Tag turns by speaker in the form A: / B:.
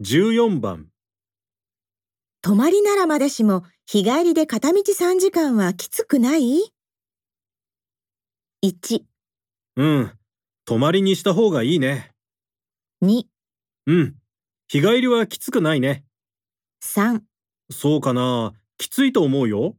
A: 14番
B: 泊まりならまだしも日帰りで片道3時間はきつくない ?1、
A: うん泊まりにした方がいいね
B: 2、
A: うん日帰りはきつくないね
B: 3
A: そうかなきついと思うよ